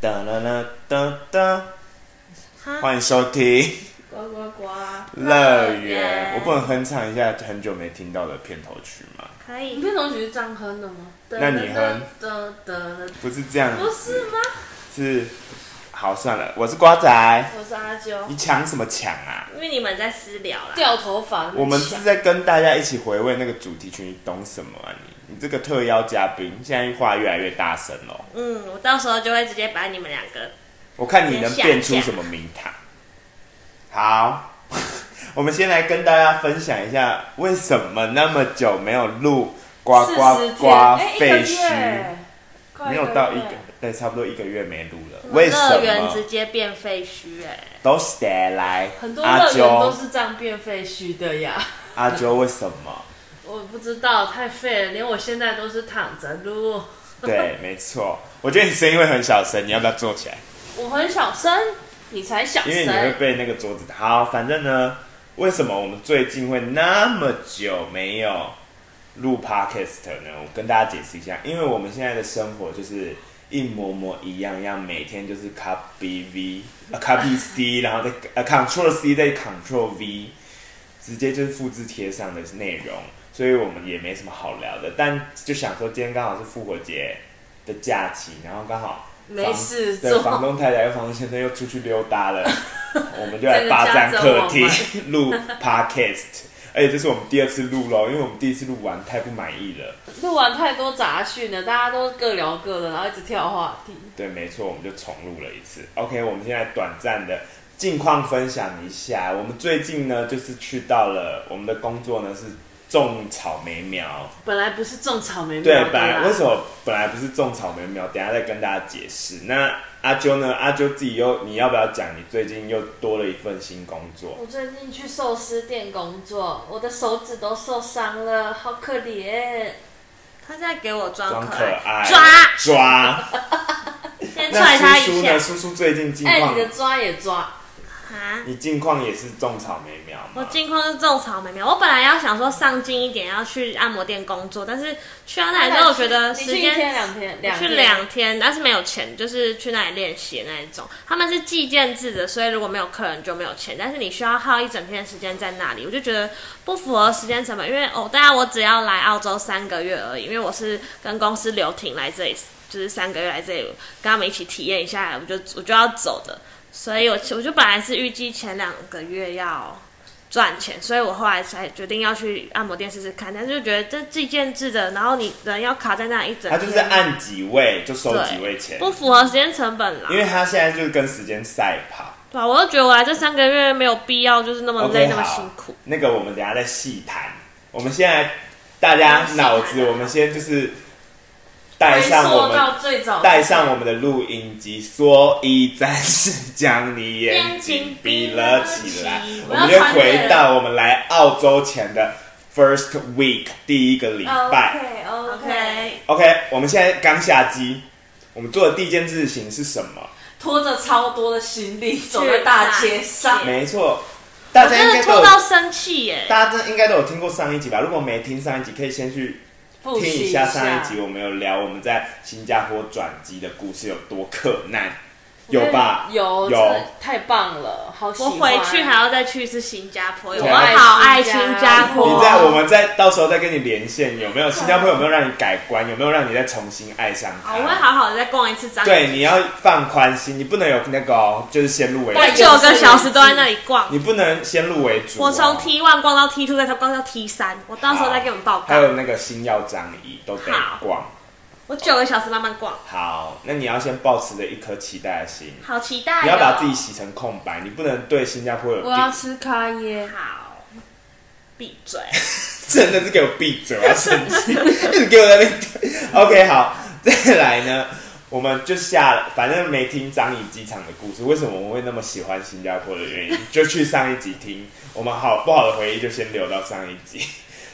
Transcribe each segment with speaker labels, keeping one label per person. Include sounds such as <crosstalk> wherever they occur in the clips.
Speaker 1: 噔噔噔，
Speaker 2: 哈，
Speaker 1: 欢迎收听
Speaker 2: 呱呱呱，
Speaker 1: 乐园。我不能哼唱一下很久没听到的片头曲吗？
Speaker 2: 可以。
Speaker 3: 片头曲是这样哼的吗？
Speaker 1: 那你哼
Speaker 3: 的的的，
Speaker 1: 不是这样，
Speaker 2: 不是吗？
Speaker 1: 是好算了。我是瓜仔，
Speaker 2: 我是阿啾，
Speaker 1: 你抢什么抢啊？
Speaker 2: 因为你们在私聊啦。
Speaker 3: 掉头发。
Speaker 1: 我们是在跟大家一起回味那个主题曲，你懂什么啊你？你这个特邀嘉宾现在话越来越大声哦了，
Speaker 2: 嗯，我到时候就会直接把你们两个。
Speaker 1: 我看你能变出什么名堂。好， <laughs> 我们先来跟大家分享一下为什么那么久没有录呱呱
Speaker 3: 40天
Speaker 1: 呱
Speaker 3: 哎一个
Speaker 1: 废
Speaker 3: 月
Speaker 1: 墟。
Speaker 3: 快
Speaker 1: 没有到一
Speaker 3: 一
Speaker 1: 个
Speaker 3: 月，
Speaker 1: 对，差不多一个月没录了。
Speaker 2: 我们
Speaker 1: 为什
Speaker 2: 乐园直
Speaker 1: 么？
Speaker 2: 接变废墟哎、
Speaker 1: 都是得来
Speaker 3: 很多
Speaker 1: 阿
Speaker 3: 乐园都
Speaker 1: 啾，
Speaker 3: 是这样变废墟的呀。 <laughs>
Speaker 1: 阿啾为什么？
Speaker 3: 我不知道，太废了，连我现在都是躺着录。
Speaker 1: 对，没错。我觉得你声音会很小声，你要不要坐起来？
Speaker 3: 我很小声，你才小
Speaker 1: <laughs> 因为你会
Speaker 3: 声。
Speaker 1: 被那个桌子打。好，反正呢，为什么我们最近会那么久没有录 podcast 呢？我跟大家解释一下，因为我们现在的生活就是一模模一样样，每天就是 copy V、呃、
Speaker 3: <laughs>
Speaker 1: copy C，然后再呃 control C 再 control V，直接就是复制贴上的内容，所以我们也没什么好聊的。但就想说，今天刚好是复活节的假期，然后刚好
Speaker 3: 没
Speaker 1: 房
Speaker 3: 事
Speaker 1: 对，
Speaker 3: 做
Speaker 1: 房东太太、房东先生又出去溜达了，我们就
Speaker 3: 这
Speaker 1: 来
Speaker 3: 个
Speaker 1: 霸
Speaker 3: 家
Speaker 1: 占
Speaker 3: 政
Speaker 1: 客
Speaker 3: 我
Speaker 1: 厅
Speaker 3: 们
Speaker 1: 录 podcast。而且这是我们第二次录喽，因为我们第一次录完太不满意了。
Speaker 3: 录完太多杂讯了，大家都各聊各的，然后一直跳话题。
Speaker 1: 对，没错，我们就重录了一次。OK，我们现在短暂的近况分享一下，我们最近呢就是去到了我们的工作呢是种草莓苗，
Speaker 3: 本来不是种草莓
Speaker 1: 对
Speaker 3: 苗，的
Speaker 1: 本来为
Speaker 3: 啦，
Speaker 1: 什么本来不是种草莓苗？等一下再跟大家解释。那阿啾呢？阿啾自己又你要不要讲？你最近又多了一份新工作，
Speaker 3: 我最近去寿司店工作，我的手指都受伤了，好可怜。
Speaker 2: 他在给我装
Speaker 1: 装
Speaker 2: 可
Speaker 1: 可爱，
Speaker 2: 抓，
Speaker 1: 抓。
Speaker 2: 先踹
Speaker 1: 那
Speaker 2: 他
Speaker 1: 叔
Speaker 2: 一
Speaker 1: 叔
Speaker 2: 下
Speaker 1: 呢？叔叔最近近
Speaker 3: 哎、
Speaker 1: 况
Speaker 3: 你，的抓也抓，
Speaker 2: 啊！
Speaker 1: 你近况也是种草莓苗
Speaker 2: 我
Speaker 1: 吗？
Speaker 2: 近况是种草莓苗，我本来要想说上进一点要去按摩店工作，但是去到那里之后，我觉得
Speaker 3: 你
Speaker 2: 时
Speaker 3: 去一
Speaker 2: 间
Speaker 3: 天两天，两
Speaker 2: 去
Speaker 3: 天
Speaker 2: 两天，但是没有钱，就是去那里练习的那一种。他们是计件制的，所以如果没有客人就没有钱，但是你需要耗一整天的时间在那里，我就觉得不符合时间成本。因为哦，大家我只要来澳洲三个月而已，因为我是跟公司留停来这里，就是三个月来这里跟他们一起体验一下，我就我就要走的，所以我我就本来是预计前两个月要。赚钱，所以我后来才决定要去按摩店试试看，但是就觉得这计件制的，然后你人要卡在那一整天，
Speaker 1: 他就是按几位就收几位钱，
Speaker 2: 不符合时间成本啦
Speaker 1: 因。为他现在就是跟时间赛跑。
Speaker 2: 对啊，我就觉得我来这三个月没有必要，就是那么
Speaker 1: OK，
Speaker 2: 累那么
Speaker 1: 好
Speaker 2: 辛苦。
Speaker 1: 那个我们等一下再细谈。我们现在大家脑子，我们先就是带上我
Speaker 3: 回溯
Speaker 1: 们
Speaker 3: 到最早
Speaker 1: 带上我们的录音机，所以暂时将你眼睛闭了起来。我
Speaker 3: 我要
Speaker 1: 们就
Speaker 3: 穿越
Speaker 1: 回到我们来澳洲前的 first week 第一个礼
Speaker 4: 啊
Speaker 1: 拜。
Speaker 3: OK OK，
Speaker 2: OK，
Speaker 1: OK，我们现在刚下机，我们做的第一件事情是什么？
Speaker 3: 拖着超多的行李走在大街上，
Speaker 1: 没错，大
Speaker 2: 我
Speaker 1: 家应
Speaker 2: 真的
Speaker 1: 该都
Speaker 2: 拖
Speaker 1: 有，
Speaker 2: 到生气耶！
Speaker 1: 大家真应该都有听过上一集吧？如果没听上一集，可以先去
Speaker 3: 复
Speaker 1: 听
Speaker 3: 习
Speaker 1: 一下上一集，我们有聊我们在新加坡转机的故事有多可难，有吧？
Speaker 3: 有
Speaker 1: 有
Speaker 3: 真的太棒了，好喜
Speaker 2: 我
Speaker 3: 欢。
Speaker 2: 回去还要再去一次新加坡，
Speaker 1: 对啊
Speaker 2: 我好爱新加
Speaker 3: 哇
Speaker 1: 你
Speaker 2: 坡。
Speaker 1: 在我们在到时候再跟你连线，有没有新加坡有没有让你改观？有没有让你再重新爱上
Speaker 2: 好我会
Speaker 1: 它？
Speaker 2: 好好的再逛一次张。
Speaker 1: 对，你要放宽心，你不能有那个哦、就是先入为
Speaker 2: 我
Speaker 3: 但
Speaker 1: 主，
Speaker 3: 有
Speaker 2: 九个小时都在那里逛，
Speaker 1: 你不能先入为主哦、
Speaker 2: 我从 T one 逛到 T two，再逛到 T 三，我到时候再给你们报
Speaker 1: 还
Speaker 2: 告。
Speaker 1: 有那个星耀张仪都得
Speaker 2: 好
Speaker 1: 逛。
Speaker 2: 我九个小时慢慢逛，
Speaker 1: 好，那你要先保持着一颗期待的心，
Speaker 2: 好期待哦。
Speaker 1: 你要把自己洗成空白，你不能对新加坡有
Speaker 3: 我要
Speaker 1: 定
Speaker 3: 吃咖耶，
Speaker 2: 好，闭嘴。
Speaker 1: 真的是给我闭嘴！我要生气， <laughs> 一直给我在那边听。OK，好， <laughs> 再来呢，我们就下了，反正没听张仪机场的故事。为什么我会那么喜欢新加坡的原因，就去上一集听。 <laughs> 我们好不好的回忆就先留到上一集。 <laughs>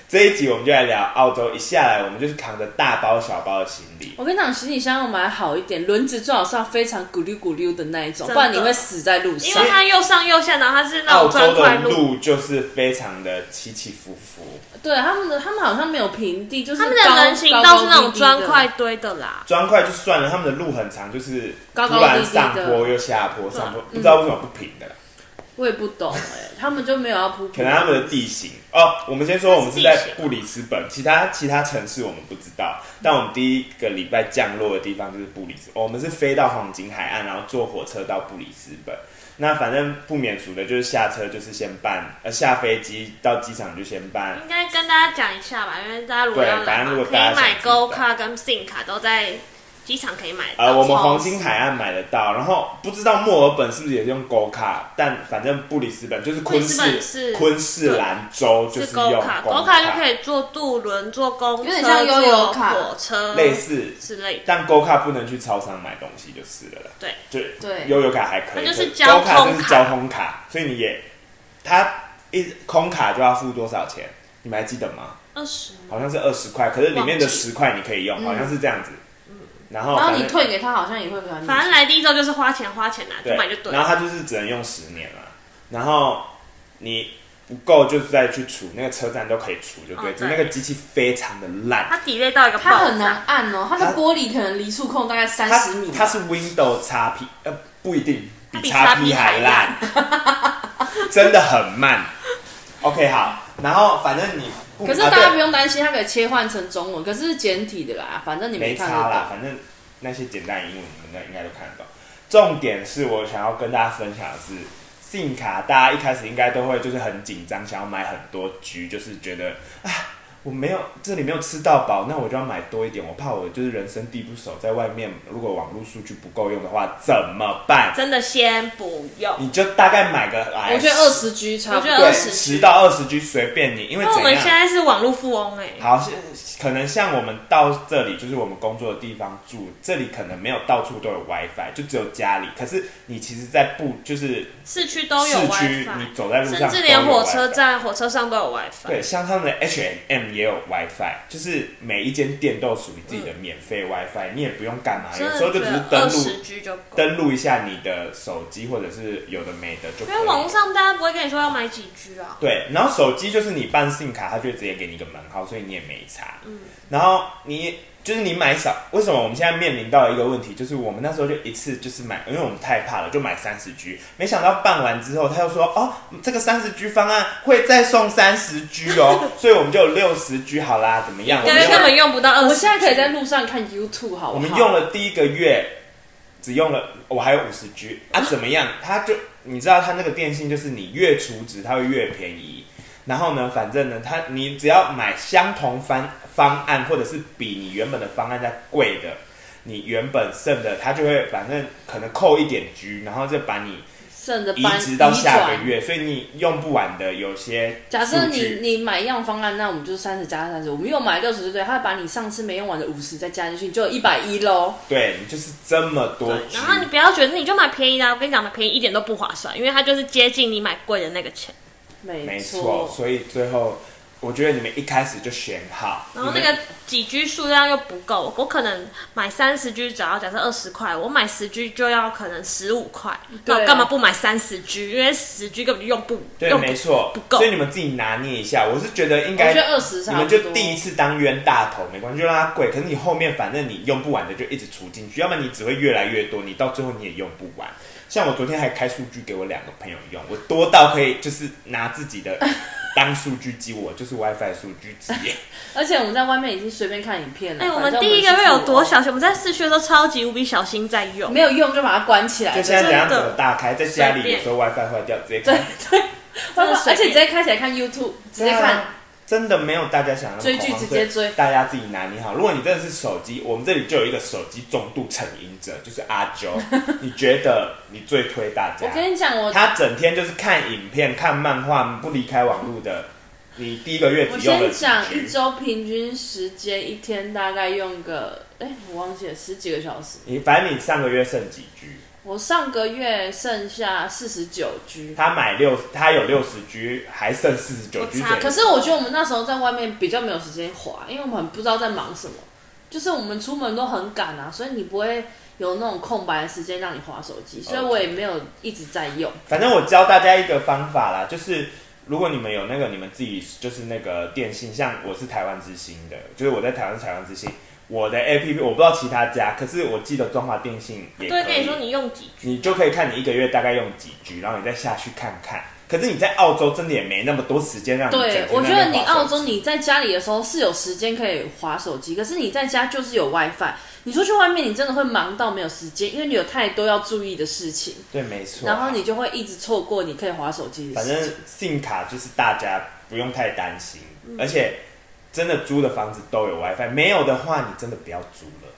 Speaker 1: 这一集我们就来聊澳洲。一下来，我们就是扛着大包小包的行李，
Speaker 3: 我跟你讲，行李箱要买好一点，轮子最好是要非常咕溜咕溜的那一种，
Speaker 2: 真的
Speaker 3: 不然你会死在路
Speaker 2: 因
Speaker 3: 上
Speaker 2: 为。它又上又下，然后它是那
Speaker 1: 澳
Speaker 2: 种
Speaker 1: 洲
Speaker 2: 砖块
Speaker 1: 的
Speaker 2: 路，
Speaker 1: 路就是非常的起起伏伏，
Speaker 4: 对他们的，他们好像没有平地，就是
Speaker 2: 他们
Speaker 4: 高
Speaker 2: 的人行道是那种砖，
Speaker 4: 高高低
Speaker 2: 块
Speaker 4: 低的
Speaker 2: 堆的啦，
Speaker 1: 砖块就算了，他们的路很长，就是
Speaker 4: 高高
Speaker 1: 突然
Speaker 4: 低低
Speaker 1: 上
Speaker 4: 的啊
Speaker 1: 坡又下坡，上坡
Speaker 2: 嗯
Speaker 1: 不知道为什么不平的啦，
Speaker 4: 我也不懂
Speaker 3: 欸
Speaker 4: 哎、他们就没有要铺
Speaker 1: 可
Speaker 4: 平，
Speaker 1: 能他们的地形哦。我们先说我们是
Speaker 2: 它
Speaker 1: 在
Speaker 2: 是
Speaker 4: 啊
Speaker 2: 地形
Speaker 1: 布里斯本，其他其他城市我们不知道，但我们第一个礼拜降落的地方就是布里斯，哦我们是飞到黄金海岸，然后坐火车到布里斯本。那反正不免俗的就是下车就是先办，呃下飞机到机场就先办
Speaker 2: 应该跟大家讲一下吧，因为大家如果
Speaker 1: 对
Speaker 2: 要
Speaker 1: 反
Speaker 2: 来
Speaker 1: 正
Speaker 2: 嘛，
Speaker 1: 如果
Speaker 2: 可以
Speaker 1: 大家想
Speaker 2: 买
Speaker 1: 知道
Speaker 2: Go 卡跟 SIM 卡都在机场可以买得到。
Speaker 1: 呃，我们
Speaker 2: 超
Speaker 1: 黄金海岸买得到，然后不知道墨尔本是不是也是用 Go 卡，但反正布里斯本就是昆
Speaker 2: 布
Speaker 1: 士
Speaker 2: 里斯本是
Speaker 1: 昆士兰州就是是用
Speaker 2: Go 卡，Go 卡就可
Speaker 1: 以
Speaker 2: 以坐渡轮、坐公
Speaker 3: 有点像
Speaker 2: 车、
Speaker 3: 悠游
Speaker 2: 坐
Speaker 3: 卡
Speaker 2: 火车
Speaker 1: 类似，
Speaker 2: 之类的。
Speaker 1: 但 Go 卡不能去超商买东西就是了啦。
Speaker 2: 对，
Speaker 1: 就
Speaker 3: 对
Speaker 1: 悠游卡还可以，
Speaker 2: 它就是
Speaker 1: 可
Speaker 2: 交
Speaker 1: Go
Speaker 2: 通
Speaker 1: 卡就是
Speaker 2: 卡
Speaker 1: 交通卡，所以你也它一空卡就要付多少钱？你们还记得吗？
Speaker 2: 二十
Speaker 1: 好像是二十块，可是里面的
Speaker 2: 忘记嗯
Speaker 1: 十块你可以用，好像是这样子。然后
Speaker 4: 然后
Speaker 1: 哦反
Speaker 4: 你
Speaker 1: 正
Speaker 4: 退给他，好像也会给他。
Speaker 2: 反正来第一周就是花钱花钱啦，就
Speaker 1: 对，
Speaker 2: 买就对
Speaker 1: 然后
Speaker 2: 了。
Speaker 1: 他就是只能用十年嘛，然后你不够就是再去除，那个车站都可以除，就对，
Speaker 2: 哦
Speaker 1: 只是那
Speaker 2: 对
Speaker 1: 个机器非常的烂。
Speaker 2: 它 delay 到一个爆
Speaker 4: 它很
Speaker 2: 炸，
Speaker 4: 难按哦，它的玻璃可能离触控大概三
Speaker 1: 它
Speaker 4: 十米吧。啊
Speaker 1: 它是 Windows XP，呃，不一定
Speaker 2: 它
Speaker 1: 比
Speaker 2: 比
Speaker 1: XP
Speaker 2: XP
Speaker 1: 还烂， <laughs> 真的很慢。OK，好，然后反正你不，
Speaker 4: 可是
Speaker 1: 啊
Speaker 4: 大家不
Speaker 1: 对
Speaker 4: 用担心，它可以切换成中文，可是是简体的啦，反正你
Speaker 1: 没
Speaker 4: 看
Speaker 1: 差啦，
Speaker 4: 得
Speaker 1: 反正那些简单的英文你们都应该都看得懂。重点是我想要跟大家分享的是，信卡大家一开始应该都会就是很紧张，想要买很多局，就是觉得啊，我没有这里没有吃到饱，那我就要买多一点，我怕我就是人生地不熟，在外面如果网络数据不够用的话怎么办？
Speaker 2: 真的先不用。
Speaker 1: 你就大概买个
Speaker 4: 懂。
Speaker 1: 来，
Speaker 4: 我觉得二十 G 差不
Speaker 2: 我
Speaker 4: 多
Speaker 2: 觉得
Speaker 1: 对
Speaker 2: 20
Speaker 1: 十到二十 G 随便你，因为
Speaker 2: 那我
Speaker 1: 怎
Speaker 2: 们现
Speaker 1: 样？
Speaker 2: 在是网络富翁哎，
Speaker 1: 好，是可能像我们到这里，就是我们工作的地方住，这里可能没有到处都有 WiFi，就只有家里。可是你其实，在不就是
Speaker 2: 市区都有
Speaker 1: 市区，你
Speaker 2: WiFi，
Speaker 1: 走在路上，
Speaker 2: 甚至连火车。站、火车上都有 WiFi。
Speaker 1: 对，像他们的 H&M 也有 WiFi，就是每一间店都有属于自己的免费 WiFi，、你也不用干嘛，有
Speaker 2: 嗯真的
Speaker 1: 时候就只是登
Speaker 2: 二
Speaker 1: 录
Speaker 2: 十 G 就够。
Speaker 1: 登录一下你的手机，或者是有的没的就可以
Speaker 2: 因
Speaker 1: 了。
Speaker 2: 为网络上大家不会跟你说要买几 G 啊，
Speaker 1: 对，然后手机就是你办信卡，它就会直接给你一个门号，所以你也没查。然后你就是你买少，为什么我们现在面临到一个问题，就是我们那时候就一次就是买，因为我们太怕了，就买三十 G，没想到办完之后他又说，哦，这个三十 G 方案会再送三十 G 哦，所以我们就有六十 G 好啦，怎么样？我
Speaker 2: 因
Speaker 1: 们
Speaker 2: 为
Speaker 1: 用
Speaker 2: 根本用不到二
Speaker 4: 我
Speaker 2: 十。
Speaker 4: 们现在可以在路上看 YouTube 好不好？
Speaker 1: 我们用了第一个月，只用了我还有五十 G 啊，怎么样？它就你知道它那个电信就是你越储值它会越便宜，然后呢，反正呢，它你只要买相同方方案或者是比你原本的方案再贵的，你原本剩的它就会反正可能扣一点 G，然后就把你
Speaker 4: 剩的
Speaker 1: 移
Speaker 4: 搬
Speaker 1: 植到下个。
Speaker 4: 移转
Speaker 1: 月，所以你用不完的有些
Speaker 4: 假设
Speaker 1: 数据
Speaker 4: 你你买一样方案，那我们就是三十加三十，我们又买六十，对，他会把你上次没用完的五十再加进去，就一百一喽。
Speaker 1: 对你就是这么多
Speaker 2: 对，
Speaker 1: G，
Speaker 2: 然后你不要觉得你就买便宜的啊，我跟你讲，买便宜一点都不划算，因为它就是接近你买贵的那个钱。
Speaker 4: 没
Speaker 1: 没错，所以最后我觉得你们一开始就选好，
Speaker 2: 然后
Speaker 1: 你
Speaker 2: 那
Speaker 1: 们
Speaker 2: 个几 G 数量又不够，我可能买三十 G 只要假设二十块，我买十 G 就要可能十五块，那我
Speaker 4: 对
Speaker 2: 干嘛不买三十 G？因为十 G 根本就用不
Speaker 1: 对，
Speaker 2: 用不
Speaker 1: 没错
Speaker 2: 不，够
Speaker 1: 所以你们自己拿捏一下。我是觉得应
Speaker 4: 我觉
Speaker 1: 该，
Speaker 4: 得二十差
Speaker 1: 你
Speaker 4: 不多。
Speaker 1: 们就第一次当冤大头没关系，就让它贵。可是你后面反正你用不完的就一直除进去，要不然你只会越来越多，你到最后你也用不完。像我昨天还开数据给我两个朋友用，我多到可以就是拿自己的当数据机，我就是 WiFi 数据机。
Speaker 4: 而且我们在外面已经随便看影片了。
Speaker 2: 哎、我
Speaker 4: 反
Speaker 2: 们
Speaker 4: 正
Speaker 2: 第一个
Speaker 4: 是
Speaker 2: 月有
Speaker 4: 富
Speaker 2: 多
Speaker 4: 翁？
Speaker 2: 小心？我们在市区的时候超级无比小心在用，
Speaker 4: 没有用就把它关起来。
Speaker 1: 就现在怎样
Speaker 2: 真
Speaker 1: 怎
Speaker 2: 的
Speaker 1: 么打开，在家
Speaker 2: 随
Speaker 1: 里
Speaker 2: 便
Speaker 1: 有时候 WiFi 坏掉，直接 <laughs>
Speaker 4: 对
Speaker 1: 看
Speaker 4: 对，
Speaker 2: 真的随便
Speaker 4: 而且直接开起来看 YouTube，直
Speaker 1: 啊
Speaker 4: 接看。
Speaker 1: 真的没有大家想的那么
Speaker 4: 追剧
Speaker 1: 恐慌
Speaker 4: 直接追
Speaker 1: 所以大家自己拿捏好。如果你真的是手机，我们这里就有一个手机重度成瘾者，就是阿
Speaker 4: <laughs>
Speaker 1: 啾。你觉得你最推大家
Speaker 4: 我？跟你讲，我
Speaker 1: 他整天就是看影片、看漫画，不离开网络的。你第一个月
Speaker 4: 我
Speaker 1: 只用了
Speaker 4: 先
Speaker 1: 几
Speaker 4: 讲一
Speaker 1: 局？
Speaker 4: 周平均时间，一天大概用个，哎、我忘记了十几个小时。
Speaker 1: 你反正你上个月剩几局？
Speaker 4: 我上个月剩下四十九 G，
Speaker 1: 他买六，他有六十局，还剩四十九局
Speaker 2: 我查
Speaker 1: 左
Speaker 4: 可
Speaker 1: 右。
Speaker 4: 是我觉得我们那时候在外面比较没有时间滑，因为我们很不知道在忙什么，就是我们出门都很赶啊，所以你不会有那种空白的时间让
Speaker 1: 哦
Speaker 4: 你滑手机，所以我也没有一直在用。
Speaker 1: 反正我教大家一个方法啦，就是如果你们有那个你们自己就是那个电信，像我是台湾之星的，就是我在台湾是台湾之星，我的 APP 我不知道其他家，可是我记得中华电信也可
Speaker 2: 对，
Speaker 1: 以。
Speaker 2: 跟你说你用几句，
Speaker 1: 你就可以看你一个月大概用几局，然后你再下去看看。可是你在澳洲真的也没那么多时间让你整天
Speaker 4: 对，我觉
Speaker 1: 在
Speaker 4: 得
Speaker 1: 那边
Speaker 4: 你
Speaker 1: 滑手
Speaker 4: 澳洲
Speaker 1: 机
Speaker 4: 你在家里的时候是有时间可以划手机，可是你在家就是有 WiFi。你出去外面，你真的会忙到没有时间，因为你有太多要注意的事情，
Speaker 1: 对，没错。
Speaker 4: 然后你就会一直错过你可以划手机的
Speaker 1: 反
Speaker 4: 事
Speaker 1: 正
Speaker 4: 情。
Speaker 1: 信卡就是大家不用太担心，
Speaker 4: 嗯
Speaker 1: 而且真的租的房子都有 WiFi，没有的话你真的不要租了。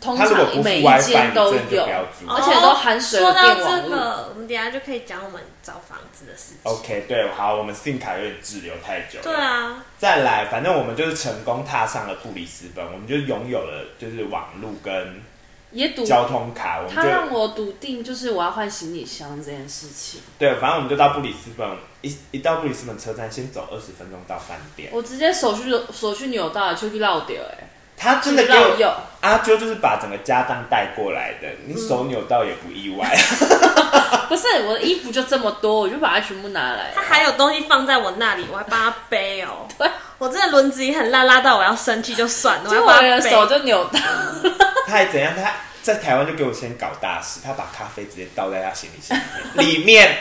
Speaker 4: 通
Speaker 1: 他如果不
Speaker 4: 常
Speaker 1: 付
Speaker 4: 每
Speaker 1: WiFi，
Speaker 4: 一
Speaker 1: 你真
Speaker 4: 间都
Speaker 1: 的就
Speaker 4: 有哦
Speaker 1: 不，要租。
Speaker 4: 而且都含水有
Speaker 2: 哦说到
Speaker 4: 电网
Speaker 2: 这
Speaker 4: 络。
Speaker 2: 个，我们等一下就可以讲我们找房子的事情。
Speaker 1: OK，对，好，我们信卡有点滞留太久了。
Speaker 2: 对啊，
Speaker 1: 再来，反正我们就是成功踏上了布里斯本，我们就拥有了就是网路跟
Speaker 4: 也赌，
Speaker 1: 交通卡，我们
Speaker 4: 嗯他
Speaker 1: 就
Speaker 4: 让我笃定就是我要换行李箱这件事情。
Speaker 1: 对，反正我们就到布里斯本，一一到布里斯本车站，先走二十分钟到饭店。
Speaker 4: 我直接手去手去扭到了，就去绕掉哎，
Speaker 1: 他真的给
Speaker 4: 绕
Speaker 1: 我
Speaker 4: 右。
Speaker 1: 阿啾就是把整个家当带过来的，你
Speaker 4: 嗯
Speaker 1: 手扭到也不意外。 <laughs>
Speaker 4: 不是我的衣服就这么多，我就把它全部拿来
Speaker 2: 他。还有东西放在我那里，我还帮他背
Speaker 4: <laughs>
Speaker 2: 哦。我真的轮子也很烂，拉到我要生气就算了，
Speaker 4: 结
Speaker 2: 我
Speaker 4: 果我
Speaker 2: 还帮
Speaker 4: 的
Speaker 2: 他
Speaker 4: 手
Speaker 2: 背。
Speaker 4: 就扭到，
Speaker 1: 他还怎样？他在台湾就给我先搞大事，他把咖啡直接倒在他行李箱里面，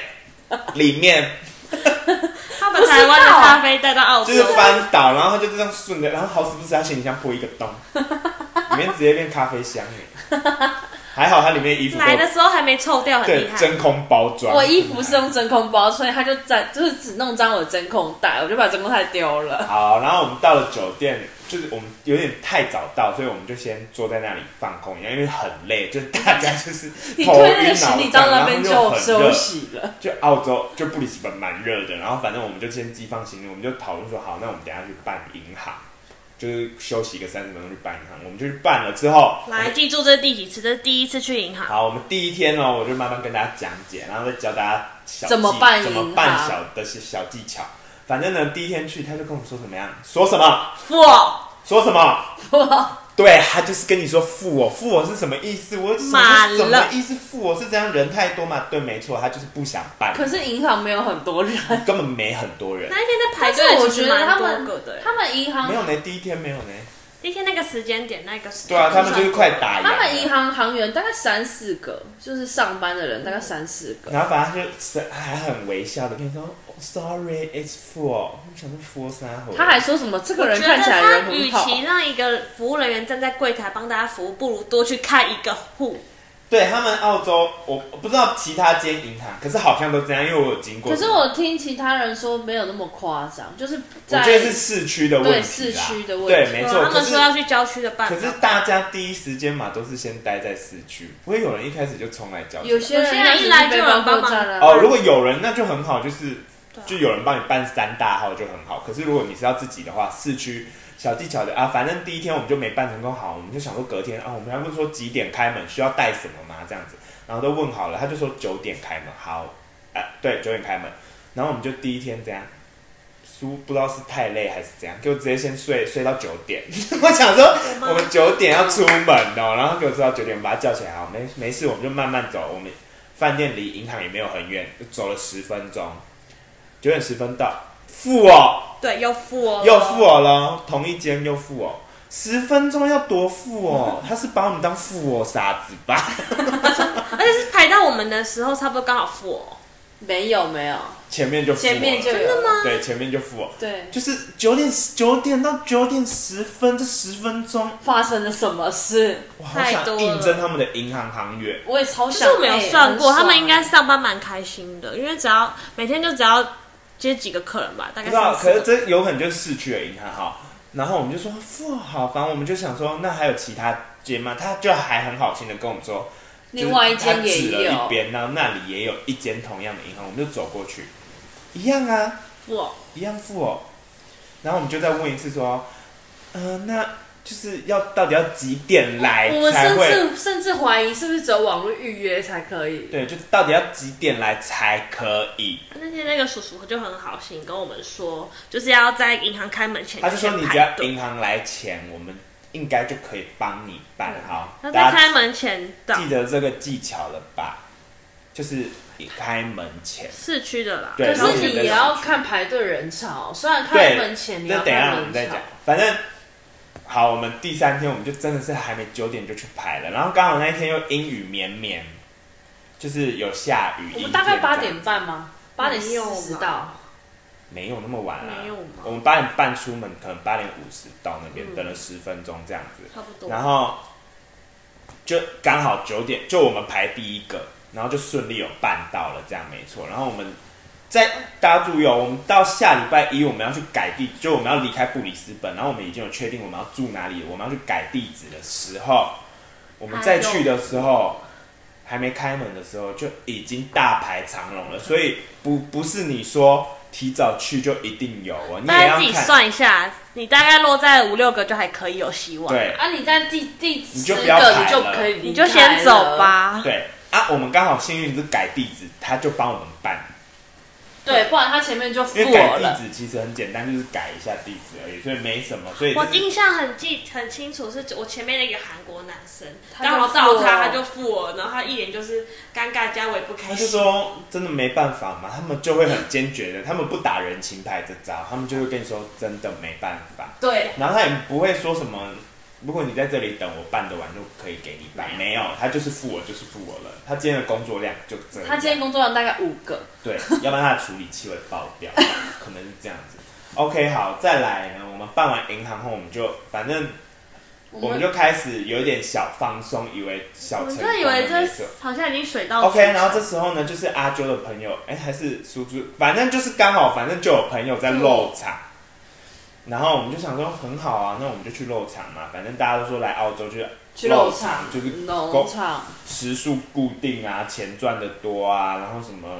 Speaker 1: 里面里面
Speaker 2: 他把台湾的
Speaker 4: 啊
Speaker 2: 咖啡带到澳洲
Speaker 1: 就，是翻倒，然后他就这样顺着，然后好死不死他行李箱破一个洞，里面直接变咖啡香
Speaker 4: <laughs>
Speaker 1: 耶。还好他里面的衣服
Speaker 2: 来的
Speaker 1: 都
Speaker 2: 时候还没臭掉，很
Speaker 1: 对
Speaker 2: 厉害。
Speaker 1: 真空包装。
Speaker 4: 我衣服是用真空包，所以他就沾，就是只弄脏我的真空袋，我就把真空袋丢了。
Speaker 1: 好，然后我们到了酒店，就是我们有点太早到，所以我们就先坐在那里放空一下，因为很累，就是大家就是
Speaker 4: <laughs> 你
Speaker 1: 头
Speaker 4: 推那
Speaker 1: 晕
Speaker 4: 个行李
Speaker 1: 脑
Speaker 4: 到
Speaker 1: 胀，
Speaker 4: 那
Speaker 1: 然后
Speaker 4: 边
Speaker 1: 又
Speaker 4: 就
Speaker 1: 很
Speaker 4: 休
Speaker 1: 热，
Speaker 4: 息了，
Speaker 1: 就澳洲就布里斯本蛮热的，然后反正我们就先寄放行李，我们就讨论说好，那我们等一下去办银行，就是休息个三十分钟去办银行，我们就去办了之后，
Speaker 2: 来，记住这是第几次？这是第一次去银行。
Speaker 1: 好，我们第一天呢，我就慢慢跟大家讲解，然后再教大家小技
Speaker 4: 怎么办
Speaker 1: 怎
Speaker 4: 银
Speaker 1: 么
Speaker 4: 行
Speaker 1: 办小的小技巧。反正呢，第一天去他就跟我说怎么样，说什么。
Speaker 2: 付哦
Speaker 1: 说什么？对他就是跟你说付我，付我是什么意思？我什么
Speaker 2: 满
Speaker 1: 是
Speaker 2: 了
Speaker 1: 什么意思？付我是这样人太多嘛？对，没错，他就是不想办，
Speaker 4: 可是银行没有很多人。
Speaker 1: 根本没很多人，
Speaker 2: 那一天在排
Speaker 4: 但是
Speaker 2: 队，
Speaker 4: 我觉得他
Speaker 2: 蛮多个的欸。
Speaker 4: 们他们银行
Speaker 1: 没有呢，第一天没有呢。
Speaker 2: 那天那个时间点，那个时
Speaker 1: 对啊，他们就是快打烊了。
Speaker 4: 他们银行行员大概三四个，就是上班的人大概三四个。
Speaker 1: 然后反正他就是还很微笑的跟你说、哦 “Sorry, it's full”，我们想说 full 三回，
Speaker 4: 他还说什么这个人
Speaker 2: 觉得
Speaker 4: 看起来
Speaker 2: 他
Speaker 4: 人
Speaker 2: 与
Speaker 4: 很好，
Speaker 2: 其让一个服务人员站在柜台帮大家服务，不如多去开一个户。
Speaker 1: 对他们澳洲，我我不知道其他间银行，可是好像都这样，因为我有经过。
Speaker 4: 可是我听其他人说没有那么夸张，就是
Speaker 1: 我
Speaker 4: 在
Speaker 1: 觉得是市区的问题啦，
Speaker 4: 对市区的问题
Speaker 1: 对，没错。
Speaker 2: 哦他
Speaker 1: 可
Speaker 2: 们
Speaker 1: 是。
Speaker 2: 说要去郊区的办
Speaker 1: 可是
Speaker 2: 法。
Speaker 1: 大家第一时间嘛，都是先待在市区，不会有人一开始就冲来交
Speaker 4: 有些人
Speaker 2: 有些人一来就有人帮忙
Speaker 4: 站
Speaker 1: 哦，
Speaker 4: 了。
Speaker 1: 如果有人那就很好，就是
Speaker 2: 对啊
Speaker 1: 就有人帮你办三大号就很好。可是如果你是要自己的话，市区小技巧的啊，反正第一天我们就没办成功，好，我们就想说隔天啊，我们还问说几点开门，需要带什么吗？这样子，然后都问好了，他就说九点开门，好，哎、对，九点开门，然后我们就第一天这样。苏不知道是太累还是怎样，给我直接先睡睡到九点。 <laughs> 我想说，
Speaker 2: 妈
Speaker 1: 我们九点要出门哦、然后给我睡到九点，我把他叫起来，好，没没事，我们就慢慢走。我们饭店离银行也没有很远，走了十分钟，九点十分到，付哦，
Speaker 2: 对，又付哦，
Speaker 1: 又付。哦了，同一间又付哦，十分钟要多付哦，他是把我们当付哦傻子吧？ <laughs>
Speaker 2: 而且是排到我们的时候，差不多刚好付哦。
Speaker 4: 没有没有，
Speaker 1: 前面就付哦
Speaker 4: 前面就有
Speaker 2: 真的吗
Speaker 1: 对，前面就付哦，
Speaker 4: 对，
Speaker 1: 就是九点九点到九点十分这十分钟，
Speaker 4: 发生了什么事？
Speaker 1: 我好想
Speaker 2: 太多了
Speaker 1: 应征他们的银行行员。
Speaker 4: 我也超
Speaker 2: 其
Speaker 1: 啊
Speaker 4: 想
Speaker 2: 实。我没有
Speaker 4: 哎
Speaker 2: 算过，
Speaker 4: 很爽
Speaker 2: 他们应该上班蛮开心的，因为只要每天就只要接几个客人吧，大
Speaker 1: 不
Speaker 2: 概
Speaker 1: 知道，可
Speaker 2: 三四
Speaker 1: 是
Speaker 2: 个。
Speaker 1: 这有可能就是市区的银行哈。然后我们就说富好，反正我们就想说，那还有其他间吗？他就还很好心的跟我们说，
Speaker 4: 另外一
Speaker 1: 就是
Speaker 4: 间
Speaker 1: 他指
Speaker 4: 也
Speaker 1: 了一
Speaker 4: 有，
Speaker 1: 边，然后那里也有一间同样的银行，我们就走过去，一样啊，
Speaker 2: 付哦，
Speaker 1: 一样付哦。然后我们就再问一次说，呃，那就是要到底要几点来
Speaker 4: 我们
Speaker 1: 哎才
Speaker 4: 甚
Speaker 1: 会？
Speaker 4: 至甚至怀疑是不是只有网络预约才可以。
Speaker 1: 对，就到底要几点来才可以？
Speaker 2: 那天那个叔叔就很好心跟我们说，就是要在银行开门前
Speaker 1: 他就说
Speaker 2: 先
Speaker 1: 你
Speaker 2: 排
Speaker 1: 只要
Speaker 2: 队
Speaker 1: 银行来前，我们应该就可以帮你办好。
Speaker 2: 那
Speaker 1: 大
Speaker 2: 在
Speaker 1: 家
Speaker 2: 开门前到，
Speaker 1: 记得这个技巧了吧？就是一开门前，
Speaker 2: 市区的啦，
Speaker 1: 对
Speaker 4: 可
Speaker 1: 然后
Speaker 4: 是
Speaker 1: 我们
Speaker 4: 你
Speaker 1: 在
Speaker 4: 也
Speaker 1: 市
Speaker 4: 要
Speaker 1: 区
Speaker 4: 看排队人潮，虽然开
Speaker 1: 对，
Speaker 4: 门前你
Speaker 1: 这
Speaker 4: 要
Speaker 1: 等一下
Speaker 4: 看
Speaker 1: 我们
Speaker 4: 人
Speaker 1: 再
Speaker 4: 潮
Speaker 1: 讲，。反正好，我们第三天我们就真的是还没九点就去排了，然后刚好那一天又阴雨绵绵，就是有下雨。
Speaker 4: 我
Speaker 1: 阴
Speaker 4: 们大概
Speaker 1: 天这样
Speaker 4: 八点半吗？八点
Speaker 2: 没有吧
Speaker 4: 四十到，
Speaker 1: 没有那么晚啦、
Speaker 2: 没有吗
Speaker 1: 我们八点半出门，可能八点五十到那
Speaker 4: 嗯
Speaker 1: 边，等了十分钟这样子。
Speaker 2: 差不多。
Speaker 1: 然后就刚好九点，就我们排第一个，然后就顺利有办到了，这样没错。然后我们在大家注意哦，我们到下礼拜一我们要去改地，就我们要离开布里斯本，然后我们已经有确定我们要住哪里，我们要去改地址的时候，我们再去的时候。还没开门的时候就已经大排长龙了，所以不不是你说提早去就一定有哦，你
Speaker 2: 大
Speaker 1: 也
Speaker 2: 家
Speaker 1: 要
Speaker 2: 自己
Speaker 1: 看，
Speaker 2: 算一下，你大概落在五六个就还可以有希望。，
Speaker 1: 对，
Speaker 4: 啊，你在第第
Speaker 1: 你
Speaker 4: 十
Speaker 1: 就
Speaker 4: 个
Speaker 1: 不要排
Speaker 4: 你就
Speaker 1: 了
Speaker 4: 可以离开了，
Speaker 2: 你就先走吧。
Speaker 1: 对啊，我们刚好幸运是改地址，他就帮我们办，
Speaker 4: 对，不然他前面就付
Speaker 1: 因为
Speaker 4: 我
Speaker 1: 改地
Speaker 4: 了。
Speaker 1: 址其实很简单，就是改一下地址而已，所以没什么。所以
Speaker 2: 我
Speaker 1: 就是
Speaker 2: 印象很记很清楚，是我前面的一个韩国男生，
Speaker 4: 他就
Speaker 2: 刚好到
Speaker 4: 付我
Speaker 2: 他他就付我，然后他一脸就是尴尬加我也不开
Speaker 1: 他就
Speaker 2: 心。
Speaker 1: 说真的没办法嘛，他们就会很坚决的，他们不打人情牌这招，他们就会跟你说真的没办法，
Speaker 4: 对，
Speaker 1: 然后他也不会说什么。如果你在这里等我办得完，就可以给你办。没有，他就是付我，就是付我了。他今天的工作量就这样。
Speaker 4: 他今天工作量大概五个，
Speaker 1: 对，要不然它的处理器会爆掉，可能是这样子。OK，好，再来呢，我们办完银行后，我们就反正我们就开始有一点小放松，以为小
Speaker 2: 我
Speaker 1: 成
Speaker 2: 们
Speaker 1: 功
Speaker 2: 就以为
Speaker 1: 了没
Speaker 2: 这哦
Speaker 1: 事
Speaker 2: 好像已经水到渠
Speaker 1: OK，
Speaker 2: 成
Speaker 1: 然后这时候呢，就是阿啾的朋友，哎、还是叔叔，反正就是刚好，反正就有朋友在漏场，然后我们就想说很好啊，那我们就去漏场嘛，反正大家都说来澳洲就是
Speaker 4: 去
Speaker 1: 肉
Speaker 4: 肉场
Speaker 1: 就是
Speaker 4: 农场，
Speaker 1: 时数固定啊，钱赚的多啊，然后什么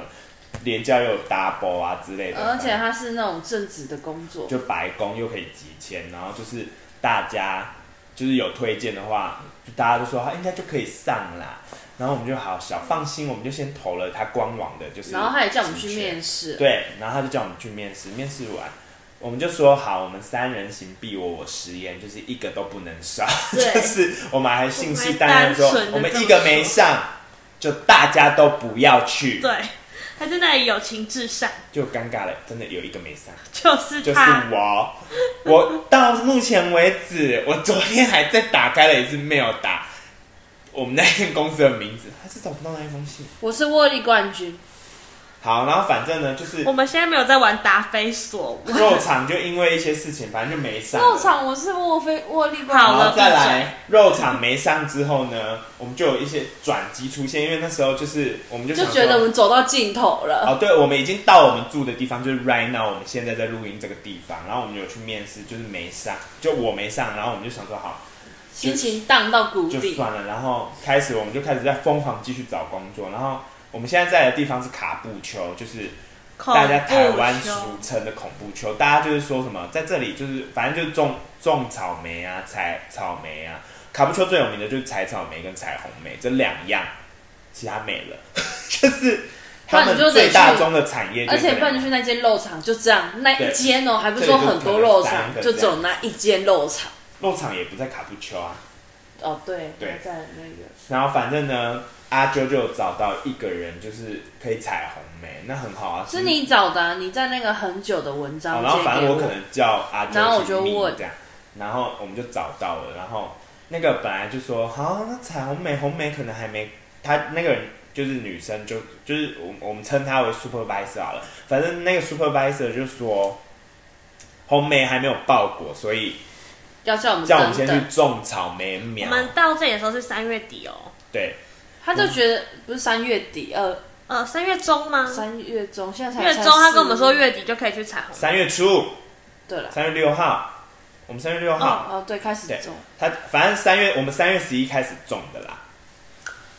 Speaker 1: 廉价又有 double 啊之类的，
Speaker 4: 而
Speaker 1: 反
Speaker 4: 且
Speaker 1: 正
Speaker 4: 他是那种正职的工作，
Speaker 1: 就白宫又可以集签，然后就是大家就是有推荐的话，就大家就说啊他应该就可以上啦。然后我们就好小放心，我们就先投了他官网的，就是
Speaker 4: 然后他也叫我们去
Speaker 1: 职缺
Speaker 4: 面试，
Speaker 1: 对，然后他就叫我们去面试，面试完我们就说好，我们三人行必我我食言，就是一个都不能少，
Speaker 4: 对
Speaker 1: 就是我们还信誓旦旦地说
Speaker 2: 我们还单纯地
Speaker 1: 我们
Speaker 2: 这
Speaker 1: 一
Speaker 2: 么
Speaker 1: 个没
Speaker 2: 说
Speaker 1: 上，就大家都不要去，
Speaker 2: 对，他真的友情至上，
Speaker 1: 就尴尬了，真的有一个
Speaker 4: <laughs>
Speaker 1: 没上。
Speaker 2: 就是
Speaker 1: 就是
Speaker 2: 他。
Speaker 1: 我，我到目前为止，我昨天还在打开了一次 mail 打我们那间公司的名字，还是找不到那一封信。
Speaker 4: 我是握力冠军，
Speaker 1: 好，然后反正呢，就是
Speaker 2: 我们现在没有在玩答非所问。
Speaker 1: 肉场就因为一些事情，反正就没上。
Speaker 4: 肉场我是握飞握力冠
Speaker 1: 然
Speaker 2: 好
Speaker 4: 军，
Speaker 2: 了
Speaker 1: 后再
Speaker 2: 闭嘴
Speaker 1: 来肉场没上之后呢，我们就有一些转机出现，因为那时候就是我们就
Speaker 4: 就
Speaker 1: 想
Speaker 4: 觉得
Speaker 1: 说
Speaker 4: 我们走到尽头
Speaker 1: <laughs>
Speaker 4: 了。
Speaker 1: 哦，对，我们已经到我们住的地方，就是 right now 我们现在在录音这个地方，然后我们有去面试，就是没上，就我没上，然后我们就想说好。
Speaker 4: 心情荡到谷
Speaker 1: 就
Speaker 4: 底。
Speaker 1: 算了，然后开始我们就开始在疯狂继续找工作，然后我们现在在的地方是卡布丘，就是
Speaker 4: 哦
Speaker 2: 恐
Speaker 1: 大家台
Speaker 2: 怖
Speaker 1: 湾
Speaker 2: 球
Speaker 1: 俗称的恐怖丘，大家就是说什么在这里就是反正就是种种草莓啊、采草莓啊，卡布丘最有名的就是采草莓跟采红莓这两样，其他没了， <laughs> 就是
Speaker 4: 不然
Speaker 1: 他们
Speaker 4: 你就得
Speaker 1: 最大
Speaker 4: 去
Speaker 1: 宗的产业就
Speaker 4: 而
Speaker 1: 是这
Speaker 4: 且
Speaker 1: 两
Speaker 4: 不
Speaker 1: 样，
Speaker 4: 然就是那间肉场就这样，那一间哦，还不是说很多肉场，
Speaker 1: 对
Speaker 4: 就只有那一间肉场。
Speaker 1: 肉场也不在卡布丘啊，
Speaker 4: 哦，对，
Speaker 1: 对
Speaker 4: 在那个
Speaker 1: 然后反正呢，阿啾就有找到一个人就是可以采红莓，那很好啊，
Speaker 4: 是你找的啊，你在那个很久的文
Speaker 1: 好，
Speaker 4: 章借
Speaker 1: 然后反
Speaker 4: 给
Speaker 1: 正我可能叫阿
Speaker 4: 然后我
Speaker 1: 九去
Speaker 4: 就
Speaker 1: 密
Speaker 4: 问
Speaker 1: 这样，然后我们就找到了，然后那个本来就说好，那彩虹美红梅可能还没，她那个人就是女生就就是我我们称她为 supervisor 好了，反正那个 supervisor 就说红梅还没有报果，所以
Speaker 4: 要叫我们
Speaker 1: 叫我们
Speaker 4: 哦等
Speaker 1: 先去
Speaker 4: 等，
Speaker 1: 种草莓苗
Speaker 2: 我，们到这里的时候是三月底哦，
Speaker 1: 对，
Speaker 4: 他就觉得不是三月底，呃，
Speaker 2: 呃，三月中吗？
Speaker 4: 三月中，现在才
Speaker 2: 月中，他跟我们说月底就可以去彩虹。
Speaker 1: 三月初，
Speaker 4: 对了，
Speaker 1: 三月六号，我们三月六号，
Speaker 4: 哦对，开始
Speaker 1: 对
Speaker 4: 种，
Speaker 1: 他反正三月我们三月十一开始种的啦。